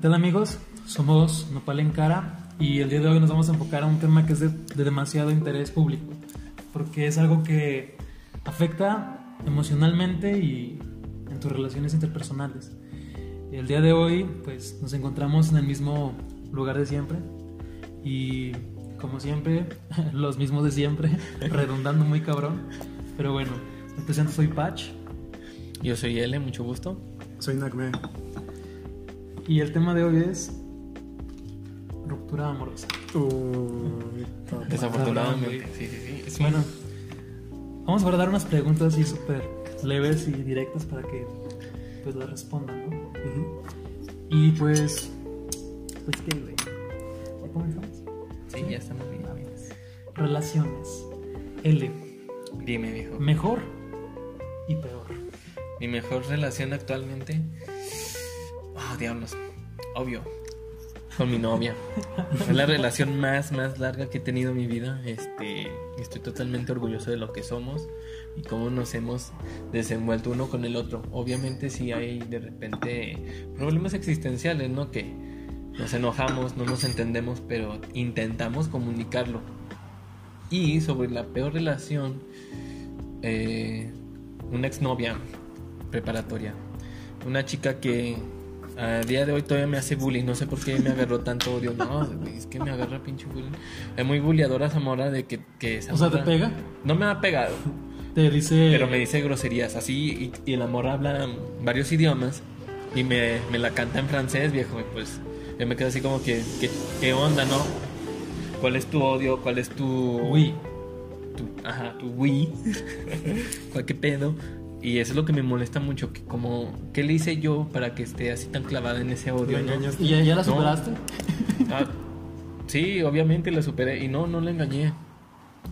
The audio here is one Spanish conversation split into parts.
tal amigos? Somos Nopal en Cara y el día de hoy nos vamos a enfocar a un tema que es de, de demasiado interés público, porque es algo que afecta emocionalmente y en tus relaciones interpersonales. El día de hoy pues nos encontramos en el mismo lugar de siempre y como siempre, los mismos de siempre, redundando muy cabrón, pero bueno, me presento, soy Patch Yo soy L, mucho gusto. Soy Nagme. y el tema de hoy es ruptura amorosa. Uy, papá. Desafortunadamente. Sí, sí, sí. Es Bueno, vamos a guardar unas preguntas así súper leves y directas para que pues las respondan, ¿no? Ujú. Y pues, pues qué, güey. ¿Ya comenzamos? Ah, un- sí, ya estamos bien. Relaciones. L, Dime, viejo. mejor y peor. Mi mejor relación actualmente. Oh, diablos. Obvio. Con mi novia. Es la relación más, más larga que he tenido en mi vida. Este, estoy totalmente orgulloso de lo que somos y cómo nos hemos desenvuelto uno con el otro. Obviamente si hay de repente problemas existenciales, ¿no? Que nos enojamos, no nos entendemos, pero intentamos comunicarlo. Y sobre la peor relación, eh, una exnovia preparatoria. Una chica que a día de hoy todavía me hace bullying. No sé por qué me agarró tanto odio. No, güey, es que me agarra pinche bullying. Es muy bulleadora Zamora de que... que esa O sea, ¿te morra- pega? No me ha pegado, Te dice. pero me dice groserías así y, y la morra habla varios idiomas y me, me la canta en francés, viejo. Y pues yo me quedo así como que, que- ¿qué onda, no? ¿Cuál es tu odio? ¿Cuál es tu... Uy, tu, ajá, tu Wii, cualquier pedo. Y eso es lo que me molesta mucho, que como, ¿qué le hice yo para que esté así tan clavada en ese odio? La no? engañaste. ¿y ya, ya la "Este, No. superaste? Ah, sí, obviamente la superé y no, no la engañé.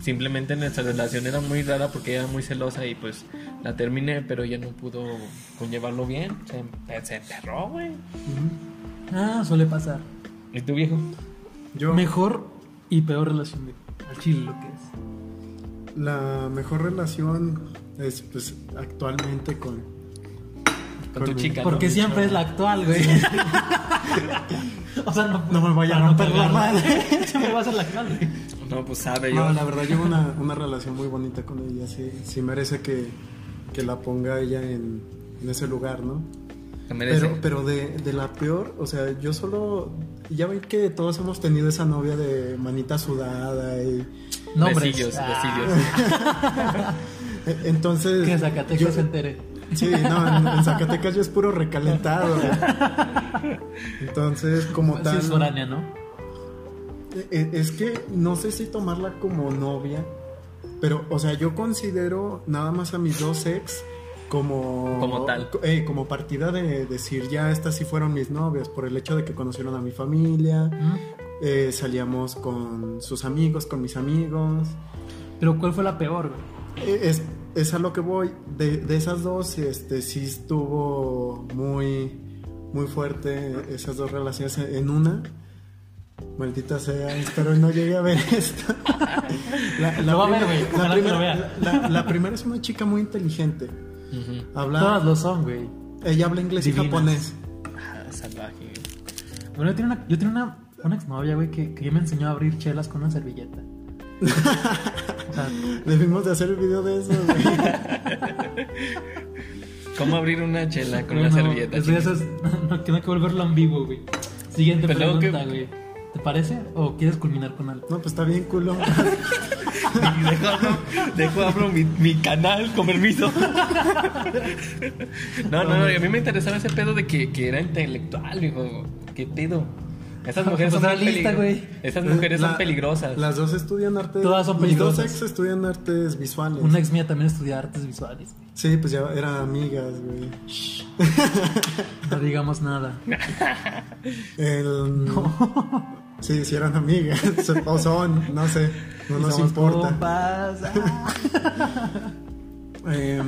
Simplemente nuestra relación era muy rara porque ella era muy celosa y pues la terminé, pero ella no pudo conllevarlo bien. Se, se enterró, güey. Ah, suele pasar. ¿Y tu viejo? Yo, Mejor y peor relación, digo. Al chile, lo que es. la mejor relación es pues actualmente con. Con tu mi- chica. Claro, Porque mi siempre es la actual, güey. o sea, no, No me vaya a para romper la perderla, siempre va a ser la actual, güey. No, pues sabe yo. No, la verdad, llevo una, una relación muy bonita con ella. Sí, sí merece que, que la ponga ella en, en ese lugar, ¿no? Te merece. Pero, pero de, de la peor, o sea, yo solo. Ya ven que todos hemos tenido esa novia de manita sudada y. Nombres. Besillos, Ah, besillos. e- Entonces. Que Zacatecas yo- se entere. Sí, no, en, en Zacatecas yo es puro recalentado. güey. Entonces, como Así tal. es foránea, ¿no? e- e- Es que no sé si tomarla como novia, pero, o sea, yo considero nada más a mis dos ex como. Como tal. co- eh, como partida de decir, ya estas sí fueron mis novias, por el hecho de que conocieron a mi familia, ¿Mm? eh, salíamos con sus amigos, con mis amigos. Pero ¿cuál fue la peor, güey? Eh, Es, es a lo que voy. De, de esas dos, este, sí estuvo muy, muy fuerte esas dos relaciones en una. Maldita sea, espero no llegue a ver esto. La, Lo va a ver, primera- güey, la ojalá que lo primera- vea. la- la primera es una chica muy inteligente. Ujú. Habla, Todas lo son, güey. ella habla inglés y Divinas. japonés. Ah, salvaje. Bueno, yo tenía una, yo tenía una, una exnovia, güey, que, que me enseñó a abrir chelas con una servilleta. Ah, o sea, Debimos de hacer el video de eso. güey. ¿Cómo abrir una chela con Bueno, una servilleta? eso ya es, no, que no hay que volverlo ambiguo, güey. Siguiente Pero luego pregunta, que- güey. ¿Te parece? ¿O quieres culminar con algo? No, pues está bien, culo. Y Dejo, abro- dejo abro mi, mi canal con permiso. No, no, no, y a mí me interesaba ese pedo de que, que era intelectual, hijo. ¿Qué pedo? Esas mujeres son Pues bien era lista, peligro- güey. Esas mujeres La- son peligrosas. Las dos estudian arte. Todas son mis dos peligrosas. ex estudian artes visuales. Una ex mía también estudia artes visuales, güey. Sí, pues ya eran amigas, güey. No digamos nada. El... Sí, si eran amigas o son, no sé, no Y nos somos importa. compas. "Oh, Ah. Em,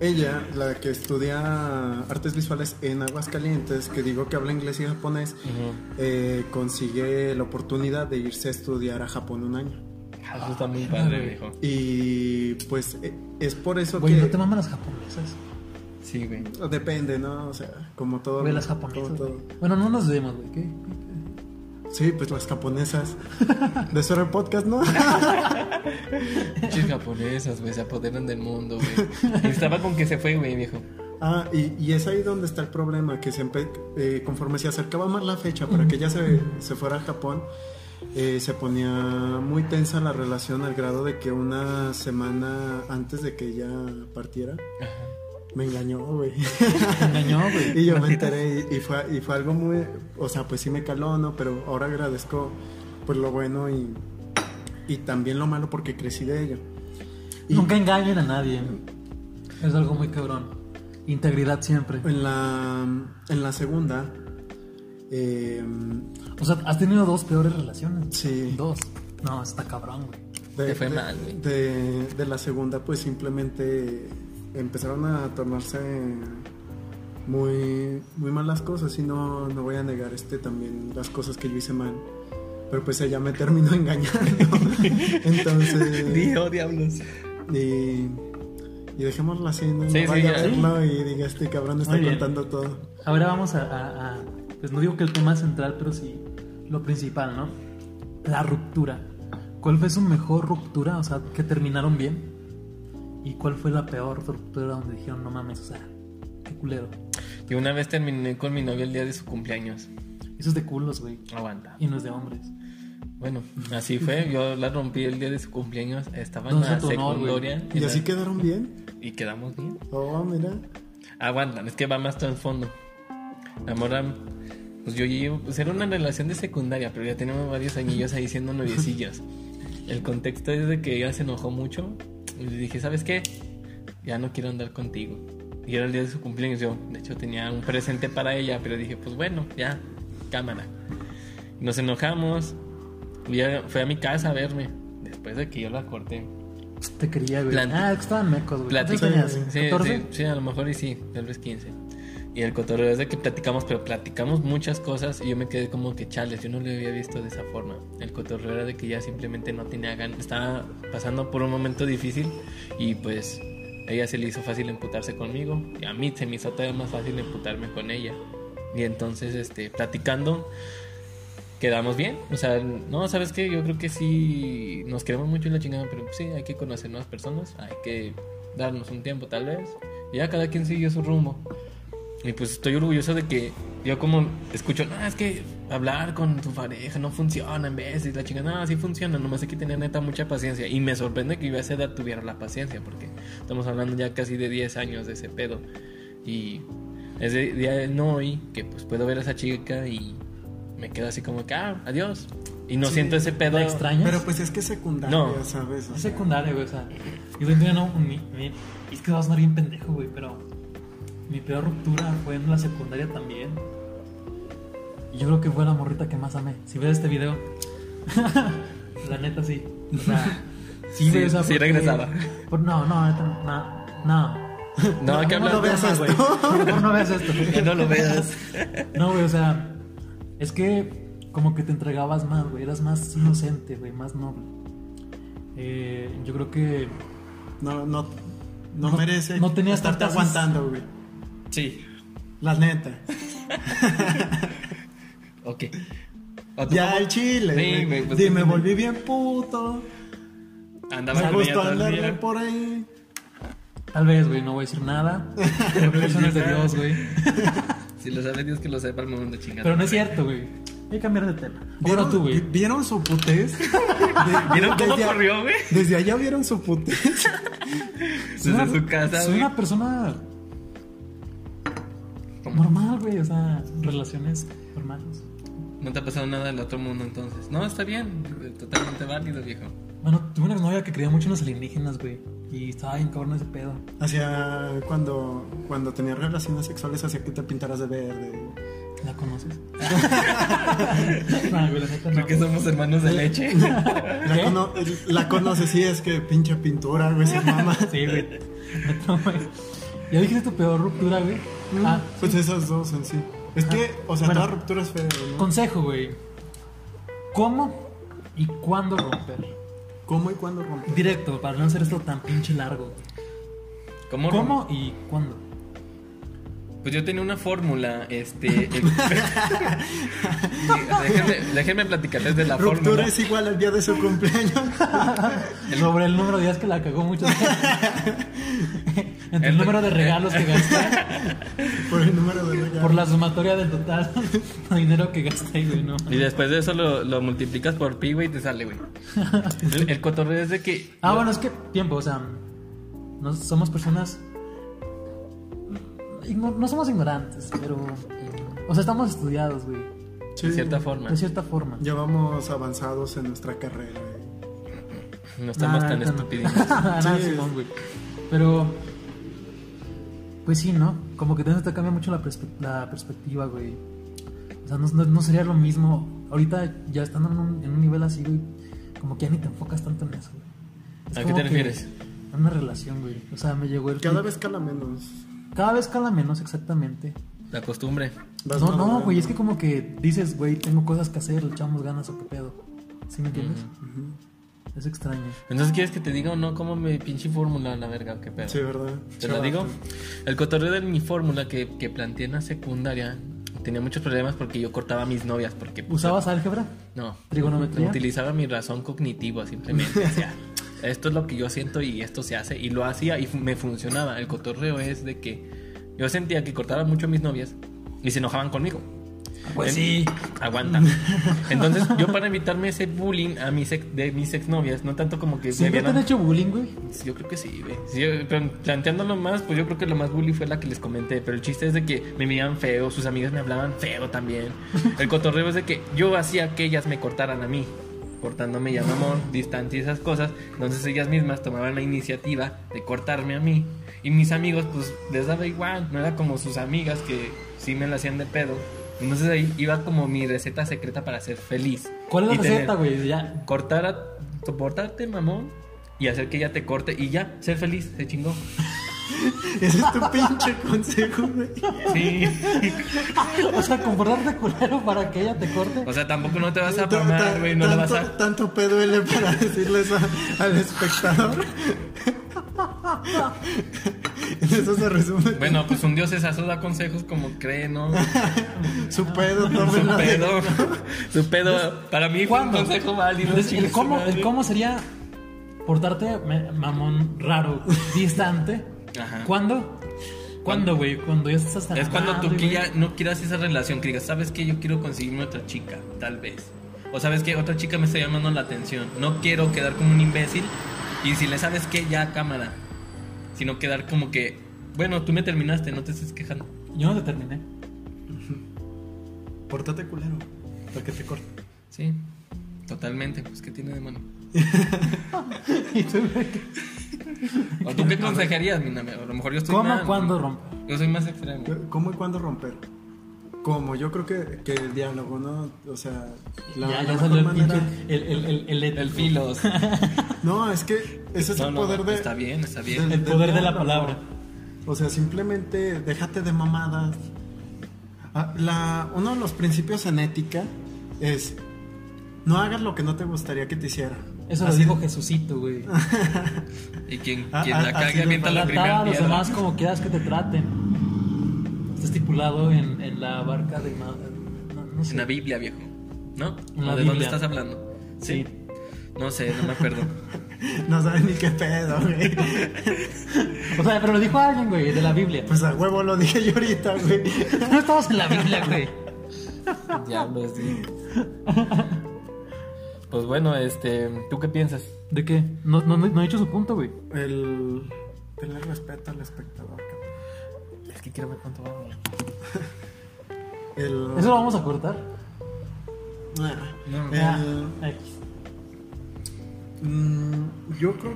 ella, la que estudia artes visuales en Aguascalientes, que digo que habla inglés y japonés, Ujú. eh, consigue la oportunidad de irse a estudiar a Japón un año. Ah, Eso está muy padre, viejo. Y pues eh, es por eso Güey, que... no te maman las japonesas. Sí, güey. Depende, ¿no? O sea, como todo. Güey, las como japonesas. todo. güey. Bueno, no nos demos, güey. ¿Qué? Sí, pues las japonesas. De eso era el podcast, ¿no? Pinches japonesas, güey, se apoderan del mundo, güey. Y estaba con que se fue, güey, viejo. Ah, y, y es ahí donde está el problema, que siempre, eh, conforme se acercaba más la fecha para que ya se, se fuera a Japón, eh, se ponía muy tensa la relación al grado de que una semana antes de que ella partiera, me engañó, güey. Te engañó, güey. Y yo me enteré y, y fue, y fue algo muy, o sea, pues sí me caló, ¿no? Pero ahora agradezco pues lo bueno y, y también lo malo porque crecí de ello. Y- Nunca engañen a nadie. Es algo muy cabrón. Integridad siempre. En la, en la segunda, eh, O sea, has tenido dos peores relaciones. Sí. Dos. No, está cabrón, güey. Te fue mal, güey. de- de la segunda, pues simplemente empezaron a tornarse muy, muy mal las cosas. Y no, no voy a negar este también las cosas que yo hice mal. Pero pues ella me terminó engañando. Entonces. Dio, diablos. Y, y dejémoslo así, ¿no? Sí, No sí, vaya ya. a verlo y diga, este cabrón está Muy bien. contando todo. Ahora vamos a, a- a- Pues no digo que el tema central, pero sí lo principal, ¿no? La ruptura. ¿Cuál fue su mejor ruptura? O sea, que terminaron bien. ¿Y cuál fue la peor ruptura donde dijeron, no mames, o sea, qué culero? Y una vez terminé con mi novia el día de su cumpleaños. Eso es de culos, güey. Aguanta. Y no es de hombres. Bueno, así fue. Yo la rompí el día de su cumpleaños. Estaba No, en la se tornó, güey. secundaria. en ¿Y la- así quedaron bien? y quedamos bien. Oh, mira. Aguanta, es que va más todo el fondo. La morra, pues yo llevo. Pues era una relación de secundaria, pero ya tenemos varios añillos ahí siendo noviecillos. El contexto es de que ella se enojó mucho. Y le dije, ¿sabes qué? Ya no quiero andar contigo. Y era el día de su cumpleaños. Yo, de hecho, tenía un presente para ella, pero dije, pues bueno, ya, cámara. Nos enojamos. Y ella fue a mi casa a verme. Después de que yo la corté. Te quería, güey. Plant- Ah, que estaban mecos, güey. ¿Cuántos Platica- tenías? Sí, sí, ¿14? sí, a lo mejor y sí, tal vez 15. Y el cotorreo es de que platicamos, pero platicamos muchas cosas y yo me quedé como que chales, yo no lo había visto de esa forma. El cotorreo era de que ya simplemente no tenía ganas, estaba pasando por un momento difícil y pues a ella se le hizo fácil emputarse conmigo y a mí se me hizo todavía más fácil emputarme con ella. Y entonces, este, platicando, quedamos bien. O sea, no, ¿sabes qué? Yo creo que sí nos queremos mucho en la chingada, pero pues, sí, hay que conocer nuevas personas, hay que darnos un tiempo tal vez. Y ya cada quien siguió su rumbo. Y pues estoy orgulloso de que yo como escucho, no, es que hablar con tu pareja no funciona en veces, la chingada, no, sí funciona, nomás hay que tener neta mucha paciencia. Y me sorprende que yo a esa edad tuviera la paciencia, porque estamos hablando ya casi de 10 años de ese pedo. Y es de día de no hoy que pues puedo ver a esa chica y me quedo así como que, ah, adiós. Y no Sí, siento ese pedo ¿La extrañas? Pero pues es que es secundaria, No. ¿sabes? O Es sea, secundaria, güey, o sea, yo tendría no, mi- mi- es que va a sonar bien pendejo, güey, pero mi peor ruptura fue en la secundaria también. Y yo creo que fue la morrita que más amé. Si ves este video, la neta sí. O sea, sí, Sí, güey, o sea, sí porque- regresaba. por- no, no, neta, no, no. No, que hablar- lo veas no, güey. No, no veas esto. Que no lo veas. No, güey, o sea, es que como que te entregabas más, güey, eras más inocente, güey, más noble. Eh, yo creo que no, no, no, No- merece no tenías estarte tantas- aguantando, güey. Sí, La neta. ok. O tú Ya como- el chile. Sí, güey. güey, pues, Sí, me tú- volví bien puto. Andaba Me con ella gustó todo el andarle día. por ahí. Tal vez, güey, no voy a decir nada. Porque eso no es de Dios, güey. Si lo sabe Dios que lo sepa el momento chingado. Pero no es cierto, güey. Voy a cambiar de tema. Bueno, tú, vi- güey. ¿Vieron su putez? ¿Vieron cómo desde a- corrió, güey? Desde allá vieron su putez. Desde Una- Pues su casa, Soy güey. una persona ¿Cómo? normal, güey. O sea, relaciones normales. No te ha pasado nada del otro mundo entonces. No, está bien. Totalmente válido, viejo. Bueno, tuve una novia que creía mucho en los alienígenas, güey. Y estaba bien cabrón ese pedo. Hacia cuando, cuando tenía relaciones sexuales, hacía que te pintaras de verde. ¿La conoces? no, güey, la neta no. Porque somos hermanos de leche. La, ¿Qué? cono- la conoces, sí, es que pinche pintura, güey, se mama. Sí, güey. No, güey. Ya dijiste tu peor ruptura, güey. Ah, Pues esas dos en sí. Es que, Ah. o sea, Bueno. toda ruptura es fea, ¿no? consejo, güey. ¿Cómo y cuándo romper? ¿Cómo y cuándo romper? Directo, para no hacer esto tan pinche largo. ¿Cómo? ¿Cómo y cuándo? Pues yo tenía una fórmula, este... el- déjenme, déjenme platicarles de la Ruptura fórmula. es igual al día de su cumpleaños. Sobre el número de días que la cagó mucho. Entre el, El- número de regalos que gasté, por el número de regalos. por la sumatoria del total de dinero que gasté, güey, no. Y después de eso lo, lo multiplicas por pi, güey, y te sale, güey. El, el cotorreo es de que... Ah, bueno, es que tiempo, o sea, no somos personas. igno- No somos ignorantes, pero. eh, O sea, estamos estudiados, güey. Sí, de cierta forma. De cierta forma. Ya vamos avanzados en nuestra carrera. eh. güey. No estamos Nah, tan neta, Ah, no. estúpidos. Ah, no, Sí. Simón, güey. Pero. Pues sí, ¿no? Como que también te cambia mucho la, perspe- la perspectiva, güey. O sea, no, no- no sería lo mismo. Ahorita ya estando en un, en un nivel así, güey, como que ya ni te enfocas tanto en eso, güey. Es ¿A qué como te que refieres? a Una relación, güey. O sea, me llegó el. Cada clip. vez cala menos. Cada vez cala menos, exactamente. La costumbre. Vas no, no, madurando. güey, es que como que dices, güey, tengo cosas que hacer, le echamos ganas o qué pedo. ¿Sí me entiendes? Es extraño. Entonces, ¿quieres que te diga o no cómo me pinche fórmula la verga o qué pedo? Sí, ¿verdad? Te lo Chaval, digo. El cotorreo de mi fórmula que, que planteé en la secundaria tenía muchos problemas porque yo cortaba a mis novias porque... pues, ¿Usabas álgebra? No. ¿Trigonometría? Utilizaba mi razón cognitiva simplemente. o sea, esto es lo que yo siento y esto se hace. Y lo hacía y fu- me funcionaba. El cotorreo es de que yo sentía que cortaba mucho a mis novias y se enojaban conmigo. Pues En- sí. Aguanta. Entonces, yo para evitarme ese bullying a mis ex- de mis exnovias, no tanto como que me ¿Siempre te vieran- han hecho bullying, güey? Sí, Yo creo que sí, güey. Sí, yo- pero planteándolo más, pues yo creo que lo más bully fue la que les comenté. Pero el chiste es de que me miraban feo, sus amigas me hablaban feo también. El cotorreo es de que yo hacía que ellas me cortaran a mí, cortándome ya mamón, distancia y esas cosas. Entonces ellas mismas tomaban la iniciativa de cortarme a mí. Y mis amigos, pues les daba igual, no era como sus amigas que sí me la hacían de pedo. Entonces ahí iba como mi receta secreta para ser feliz. ¿Cuál es la Y tener- receta, güey? Ya. cortar a soportarte, mamón, y hacer que ella te corte y ya, ser feliz, se chingó. Ese es tu pinche consejo, güey. Sí. O sea, comportarte culero para que ella te corte. O sea, tampoco no te vas a Ta- ta- pamar, güey, no la vas tanto- a. Tanto PDL para decirles a- al espectador. en eso se resume Bueno, pues un dios esazo da consejos como cree, ¿no? su pedo. Su tómenlo de- pedo. Su pedo. Para mí fue un ¿Cuándo? consejo válido. Entonces, chingue el, su Pues, cómo, madre. el cómo sería portarte me- mamón raro, distante. Ajá. ¿Cuándo? ¿Cuándo, güey? Cuando ya estás hasta la Es cuando tú madre, que güey. ya no quieras esa relación, que digas, ¿sabes qué? Yo quiero conseguirme otra chica, tal vez. O sabes que otra chica me está llamando la atención. No quiero quedar como un imbécil. Y si le sabes que ya cámara. Sino quedar como que, bueno, tú me terminaste, no te estés quejando. Yo no te terminé. Pórtate culero. Para que te corte. Sí, totalmente. Pues, ¿qué tiene de malo? Y tú, güey, ¿O tú qué consejarías, mi name? A lo mejor yo estoy ¿Cómo, mal. cuándo romper? Yo soy más extremo. ¿Cómo y cuándo romper? ¿Cómo? Yo creo que, que el diálogo, ¿no? O sea, la, ya, la ya mejor salió el manera- pinche. El, el, el, el, El filos. No, es que ese es No, el no, poder de. Está bien, está bien. del- El del poder de la diálogo. palabra. O sea, simplemente déjate de mamadas. Ah, la- uno de los principios en ética es no hagas lo que no te gustaría que te hicieran. Eso lo Así- dijo Jesucito, güey. Y quien, Ah, quien ah, la así cague nos avienta va la Tratar primera a los piedra. demás como quieras que te traten. Está estipulado en, en la barca de... ma- No, no sé. En la Biblia, viejo. ¿No? En la ¿O ¿De dónde Biblia. estás hablando? Sí. No sé, no me acuerdo. No sabes ni qué pedo, güey. O sea, pero lo dijo alguien, güey, de la Biblia. Pues a huevo lo dije yo ahorita, güey. No estamos en la Biblia, güey. Diablos, sí. Pues bueno, este, ¿tú qué piensas? ¿De qué? No, no, no he dicho su punto, güey. El tener respeto al espectador. Es que quiero ver cuánto va. cabrón. El, Eso lo vamos a cortar. Ah, No. el- Ah, X. Mm, yo creo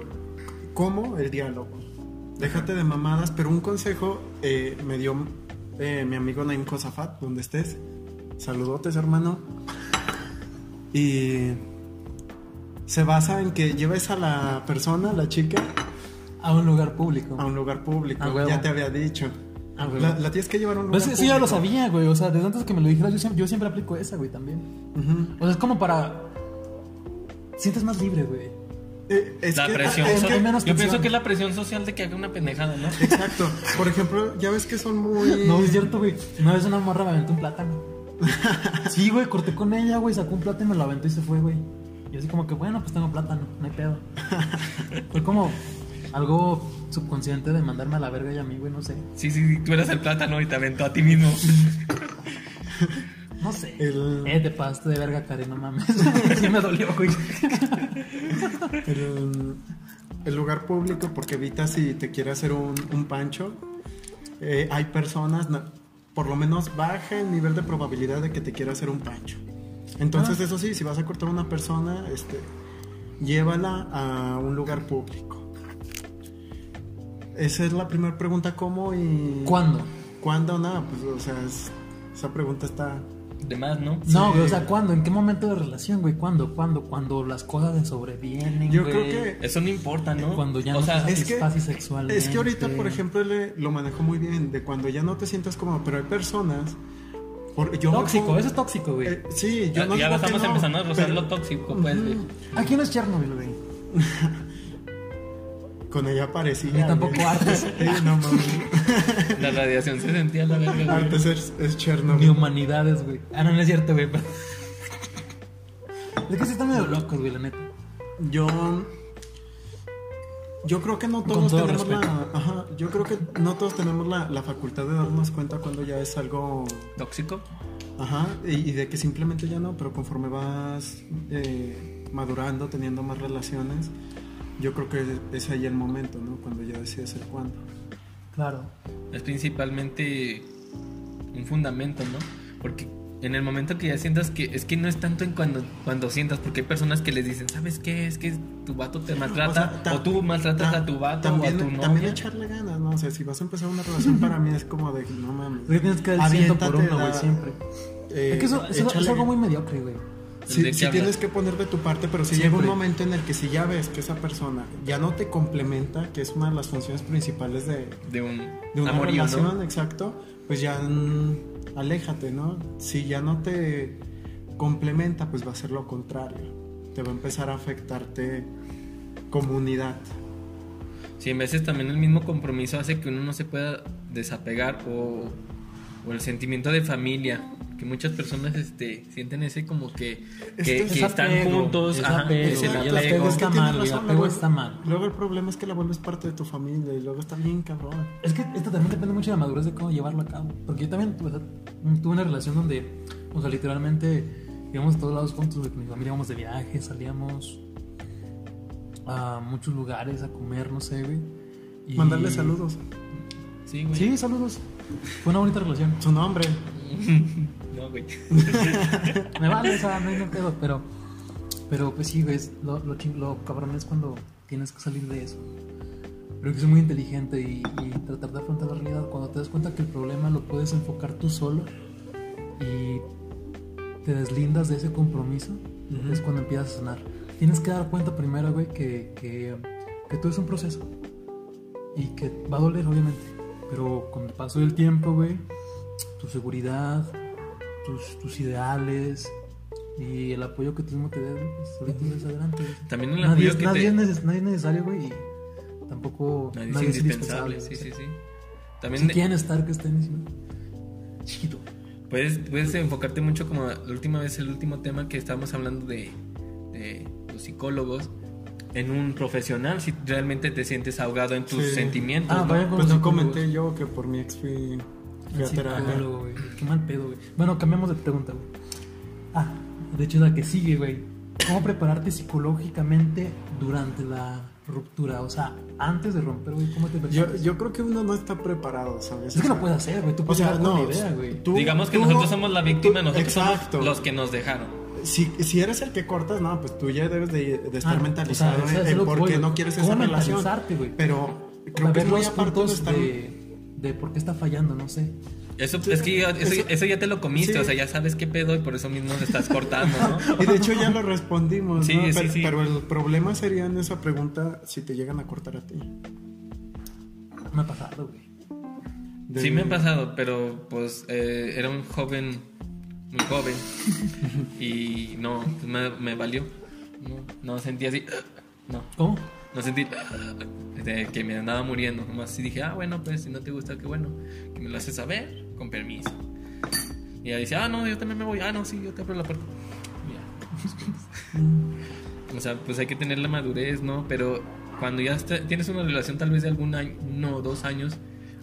como el diálogo. Déjate de mamadas, pero un consejo eh, me dio eh, mi amigo Naim Cosafat, donde estés. Saludotes, hermano. Y se basa en que lleves a la persona, la chica, A un lugar público. a un lugar público. A huevo. ya te había dicho. A huevo. La, la tienes que llevar a un lugar Pues eso público. ya lo sabía, güey. O sea, desde antes que me lo dijeras, yo siempre, yo siempre aplico esa, güey, también. Ujú. O sea, es como para... Sientes más libre, güey. Eh, es la que- presión es so- que hay menos Yo tensión. pienso que es la presión social de que haga una pendejada, ¿no? Exacto. Por ejemplo, ya ves que son muy. No, es cierto, güey. Una vez una morra me aventó un plátano. Sí, güey, corté con ella, güey, sacó un plátano, me lo aventó y se fue, güey. Y así como que, bueno, pues tengo plátano, no hay pedo. Fue como algo subconsciente de mandarme a la verga y a mí, güey, no sé. Sí, sí, sí, tú eras el plátano y te aventó a ti mismo. No sé. El- Eh, te pasaste de verga, Karen, no mames. sí me dolió, güey. el, el lugar público porque evita si te quiere hacer un, un pancho. eh, hay personas, na- por lo menos baja el nivel de probabilidad de que te quiera hacer un pancho. Entonces, eso sí, si vas a cortar a una persona, este, llévala a un lugar público. Esa es la primera pregunta, ¿cómo y ¿Cuándo? cuándo? Nada, pues, o sea, es- esa pregunta está... De más, ¿no? No, Sí. güey, o sea, ¿cuándo? ¿En qué momento de relación, güey? ¿Cuándo? ¿Cuándo? Cuando las cosas se sobrevienen, Yo güey. creo que Eso no importa, ¿no? Cuando ya o no sea, te- Es que, Satisface sexualmente. es que ahorita, por ejemplo, le- lo manejó muy bien, de cuando ya no te sientas cómodo, pero hay personas... por- yo me Tóxico, pongo- eso es tóxico, güey. eh, sí, yo ya, no ya digo que estamos no, empezando a rozar pero lo tóxico, pues. güey. Aquí no es Chernobyl, güey. Con ella parecía. Ni tampoco güey. artes. Eh, no mames. La radiación se sentía a la verga. güey. Artes es, es Ni Chernobyl. humanidades, güey. Ah, no, no es cierto, güey. pero- Es que sí están medio locos, güey, la neta. Yo. Yo creo que no Con todos todo tenemos la. respeto. Ajá, yo creo que no todos tenemos la, la facultad de darnos cuenta cuando ya es algo. ¿Tóxico? Ajá, y, y de que simplemente ya no, pero conforme vas eh, madurando, teniendo más relaciones, yo creo que es, es ahí el momento, ¿no? Cuando ya decides el cuándo. Claro. Es principalmente un fundamento, ¿no? Porque en el momento que ya sientas que es que no es tanto en cuando cuando sientas, porque hay personas que les dicen, ¿sabes qué? Es que tu vato te maltrata, o, sea, ta- tú maltratas ta- a tu vato también, o a tu novia. También echarle ganas, ¿no? O sea, si vas a empezar una relación para mí es como de, no mames. Es que tienes que dar el ciento por aviéntate uno, güey, la- siempre. eh, Es que eso, eso échale es algo muy ganas. mediocre, güey. ¿De Sí, qué sí hablas? tienes que poner de tu parte, pero si llega Siempre. un momento en el que si ya ves que esa persona ya no te complementa, que es una de las funciones principales de, de un, de una amorío, ¿no? relación, exacto, pues ya mm, aléjate, ¿no? Si ya no te complementa, pues va a ser lo contrario. Te va a empezar a afectarte comunidad. Sí, en veces también el mismo compromiso hace que uno no se pueda desapegar o, o el sentimiento de familia. Que muchas personas este, sienten ese como que, Es que, que es que están apego, juntos, es ajá, apego, es el ya Exacto, la es que apego apego. tienes está mal, razón, güey, el la apego vuel- está mal. Luego el problema es que la vuelves parte de tu familia y luego está bien cabrón. Es que esto también depende mucho de la madurez de cómo llevarlo a cabo. Porque yo también o sea, tuve una relación donde, o sea, literalmente íbamos a todos lados juntos, güey, con mi familia íbamos de viaje, salíamos a muchos lugares a comer, no sé, güey. Y- Mandarle saludos. Sí, güey. Sí, saludos. Fue una bonita relación. Su nombre. No, güey. Me vale, o sea, no hay no pedo, pero, pero pues sí, güey, es- lo, lo, ching- lo cabrón es cuando tienes que salir de eso. Creo que soy muy inteligente y, y tratar de afrontar la realidad cuando te das cuenta que el problema lo puedes enfocar tú solo y te deslindas de ese compromiso, es cuando empiezas a sanar. Tienes que dar cuenta primero, güey, que, que, que todo es un proceso y que va a doler, obviamente, pero con el paso del tiempo, güey, tu seguridad, tus, tus ideales y el apoyo que tú mismo te des, güey, pues ahorita sales adelante. güey. También el nadie, apoyo es, que nadie, te- es neces- nadie es necesario, güey, y tampoco Nadie es indispensable, sí, sí, sí. También Si quieren estar, que estén encima. Chiquito. puedes, puedes enfocarte mucho como la última vez, el último tema que estábamos hablando de, de los psicólogos, en un profesional, si realmente te sientes ahogado en tus Sí. sentimientos. Ah, ¿no? vaya con Pues los no psicólogos. comenté yo que por mi ex fui, fui a terapia. Psicólogo, güey. Qué mal pedo, güey. Bueno, cambiamos de pregunta, güey. Ah, de hecho, la que sigue, güey. ¿Cómo prepararte psicológicamente durante la ruptura? O sea, antes de romper, güey, ¿cómo te Yo, preparas? yo creo que uno no está preparado, ¿sabes? es que O no sea, puedes hacer, güey. Tú O puedes sea, dar con no. la idea, güey. tú- Digamos que tú- nosotros somos la víctima, tú- nosotros exacto. somos los que nos dejaron. Si, si eres el que cortas, no, pues tú ya debes de, de Ah, estar mentalizado o sea, eso en- es en lo que por voy, qué güey. no quieres ¿Cómo esa relación. mentalizarte, güey? Pero O sea, creo que es ver muy los aparte de puntos estar- de, de por qué está fallando, no sé. Eso, es que ya- eso, eso- eso ya te lo comiste, sí. o sea, ya sabes qué pedo y por eso mismo te estás cortando, ¿no? Y de hecho ya lo respondimos, Sí, ¿no? sí, pero, sí. pero el problema sería en esa pregunta si te llegan a cortar a ti. Me ha pasado, güey. De- Sí me han pasado, pero pues eh, era un joven, muy pues, joven, y no, me, me valió. No, no sentía así, No. ¿Cómo? No sentí este, que me andaba muriendo. Nomás sí dije, ah, bueno, pues si no te gusta, qué bueno. Que me lo haces saber, con permiso. Y ella dice, ah, no, yo también me voy. Ah, no, sí, yo te abro la puerta. Y Mm. ya. o sea, pues hay que tener la madurez, ¿no? Pero cuando ya está- tienes una relación tal vez de algún año, uno o dos años,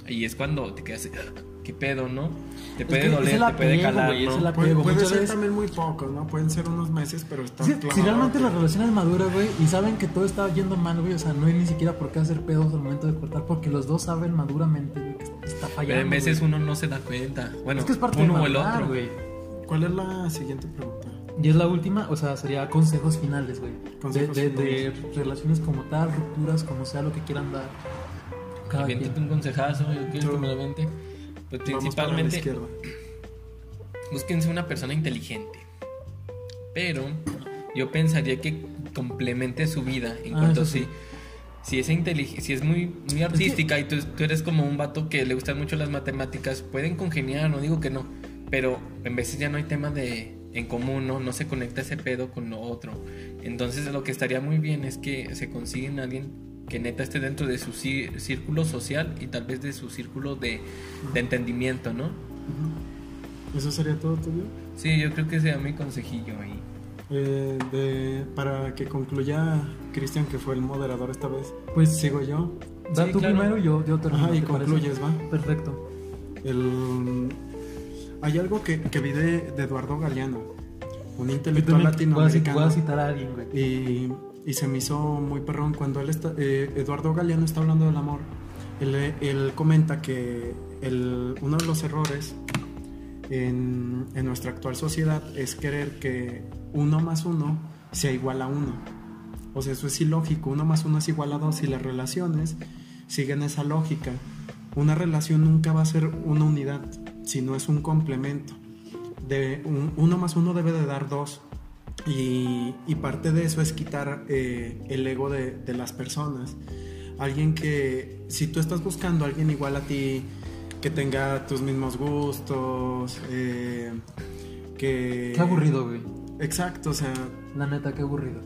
ahí es cuando te quedas, "Ah, qué pedo, ¿no? Te puede que es doler, el te puede apego, calar, güey, es ¿no? el apego. Puede, Digo, puede muchas ser veces- también muy pocos, ¿no? Pueden ser unos meses, pero está Si, clavado si realmente que- la relación es madura, güey, y saben que todo está yendo mal, güey, o sea, no hay ni siquiera por qué hacer pedos al momento de cortar, porque los dos saben maduramente, güey, que está fallando. Pero en güey. veces uno no se da cuenta. Bueno, es que es parte uno de o el madurar, otro. güey. ¿Cuál es la siguiente pregunta? Y es la última, o sea, sería consejos finales, güey. De, Consejos de- de relaciones como tal, rupturas, como sea, lo que quieran dar. Cada quien. Aviéntate un consejazo, yo quiero Tú. que me lo aviente. Pues Vamos para la principalmente, izquierda. búsquense una persona inteligente. Pero yo pensaría que complemente su vida en Ah, cuanto eso sí. Pues si, si, es intelig- si es muy, muy artística y tú, tú eres como un vato que le gustan mucho las matemáticas, pueden congeniar, no digo que no, pero en veces ya no hay tema de en común, ¿no? No se conecta ese pedo con lo otro. Entonces lo que estaría muy bien es que se consiguen a alguien que neta esté dentro de su cí- círculo social y tal vez de su círculo de, de entendimiento, ¿no? Ujú. ¿Eso sería todo tuyo? Sí, yo creo que sea mi consejillo ahí. Eh, de- para que concluya Cristian, que fue el moderador esta vez, Pues sí, sigo yo. da Sí, tú claro. primero y yo, yo termino. Ajá, y ¿te parece? concluyes, ¿va? Perfecto. El- Hay algo que, que vi de, de Eduardo Galeano, un Yo intelectual también voy a, citar, latinoamericano. voy a citar a alguien, güey. y, y se me hizo muy perrón cuando él está, eh, Eduardo Galeano está hablando del amor. Él, eh, él comenta que el- uno de los errores en, en nuestra actual sociedad es querer que uno más uno sea igual a uno. O sea, eso es ilógico. Uno más uno es igual a dos y las relaciones siguen esa lógica. Una relación nunca va a ser una unidad, sino es un complemento. De un- uno más uno debe de dar dos. Y, y parte de eso es quitar eh, el ego de, de las personas. Alguien que, si tú estás buscando a alguien igual a ti, que tenga tus mismos gustos, eh, que... Qué aburrido, güey. Exacto, o sea, La neta, qué aburrido.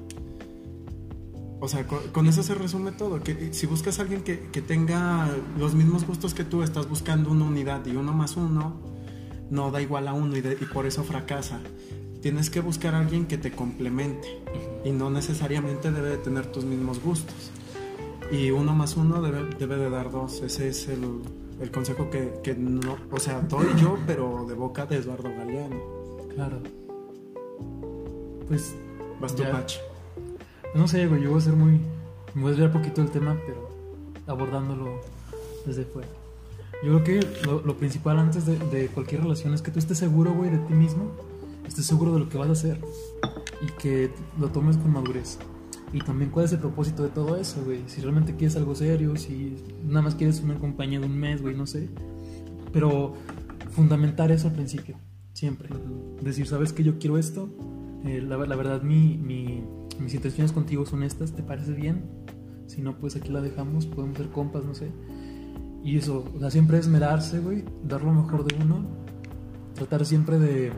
o sea, co- con, eso se resume todo. Que eh, si buscas a alguien que, que tenga los mismos gustos que tú, estás buscando una unidad y uno más uno no da igual a uno y, de- y por eso fracasa. Tienes que buscar a alguien que te complemente y no necesariamente debe de tener tus mismos gustos. Y uno más uno debe, debe de dar dos. Ese es el, el consejo que, que no, o sea, doy yo, pero de boca de Eduardo Galeano. Claro. Pues, Vas tú, Ya. Pacho. no sé, güey, yo voy a ser muy... Me voy a desviar poquito del tema, pero abordándolo desde fuera. Yo creo que lo, lo principal antes de, de cualquier relación es que tú estés seguro, güey, de ti mismo. Estés seguro de lo que vas a hacer. Y que lo tomes con madurez. Y también cuál es el propósito de todo eso, güey. Si realmente quieres algo serio, si nada más quieres una compañía de un mes, güey, no sé. Pero fundamentar eso al principio, siempre. Decir, ¿sabes que yo quiero esto? Eh, la, la verdad, mi, mi- mis intenciones contigo son estas, ¿te parece bien? Si no, pues aquí la dejamos, podemos ser compas, no sé. Y eso, o sea, siempre esmerarse, güey, dar lo mejor de uno, tratar siempre de,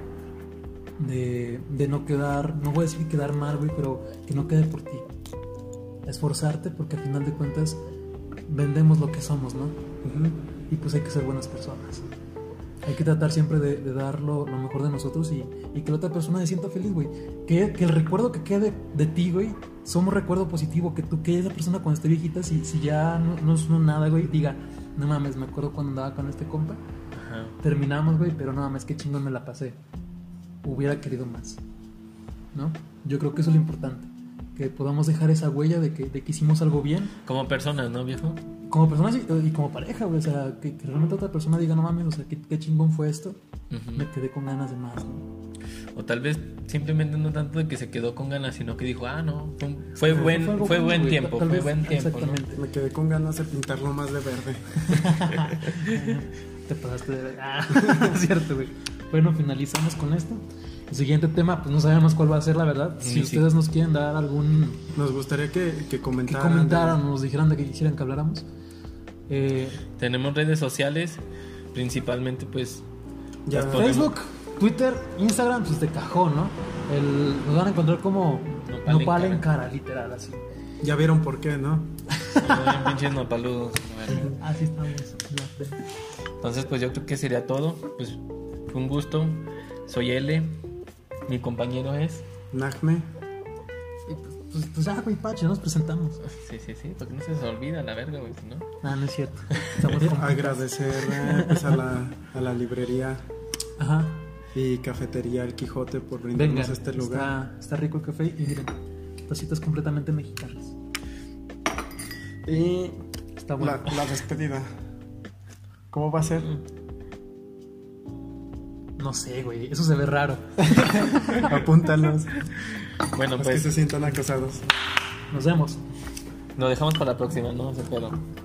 de, de no quedar, no voy a decir quedar mal, güey, pero que no quede por ti. Esforzarte porque al final de cuentas vendemos lo que somos, ¿no? Y pues hay que ser buenas personas. Hay que tratar siempre de, de dar lo, lo mejor de nosotros y, y que la otra persona se sienta feliz, güey. Que, que el recuerdo que quede de ti, güey, somos recuerdo positivo. Que tú, que esa persona cuando esté viejita, si, si ya no, no es no nada, güey, diga, no mames, me acuerdo cuando andaba con este compa. Ajá. Terminamos, güey, pero no mames, qué chingón me la pasé. Hubiera querido más. ¿No? Yo creo que eso es lo importante. Que podamos dejar esa huella de que, de que hicimos algo bien Como personas, ¿no, viejo? como personas y, y como pareja, güey. O sea, que, que realmente otra persona diga, no mames, o sea, qué, qué chingón fue esto. Ujú. Me quedé con ganas de más, ¿no? O tal vez simplemente no tanto de que se quedó con ganas, sino que dijo, ah, no, fue, un- fue Fue buen, algo fue bueno, buen güey. tiempo, Tal fue vez- buen tiempo. ¿no? Exactamente. Me quedé con ganas de pintarlo más de verde. Te pasaste de... Ah, es cierto, güey. Bueno, finalizamos con esto. El siguiente tema, pues no sabemos cuál va a ser, la verdad. Si Ni si- ustedes nos quieren dar algún... Nos gustaría que, que Que comentaran. comentaran, nos dijeran de que quisieran que habláramos. Eh, Tenemos redes sociales, principalmente pues Ya, Las podemos- Facebook, Twitter, Instagram, pues de cajón, ¿no? El- nos van a encontrar como Nopal en Nopal en cara, literal, así. Ya vieron por qué, ¿no? Ay, pinches nopaludos. la verga. Así Ah, estamos. la fe. Entonces, pues yo creo que sería todo. Pues fue un gusto. Soy L. Mi compañero es. Nacme. Y pues, pues, pues ya, güey, Pache, nos presentamos. Sí, sí, sí. Porque no se les olvida la verga, güey. si ¿no? Ah, no es cierto. Estamos con- Agradecer eh, pues, a, la, a la librería Ajá. y cafetería El Quijote por Venga, brindarnos este lugar. Está, está rico el café y miren, tacitas completamente mexicanas. Y Está bueno. la, la despedida. ¿Cómo va a ser? No sé, güey, eso se ve raro. Apúntanos. Bueno, Los que se pues sientan acosados. Nos vemos. lo dejamos para la próxima, ¿no? O sea, pero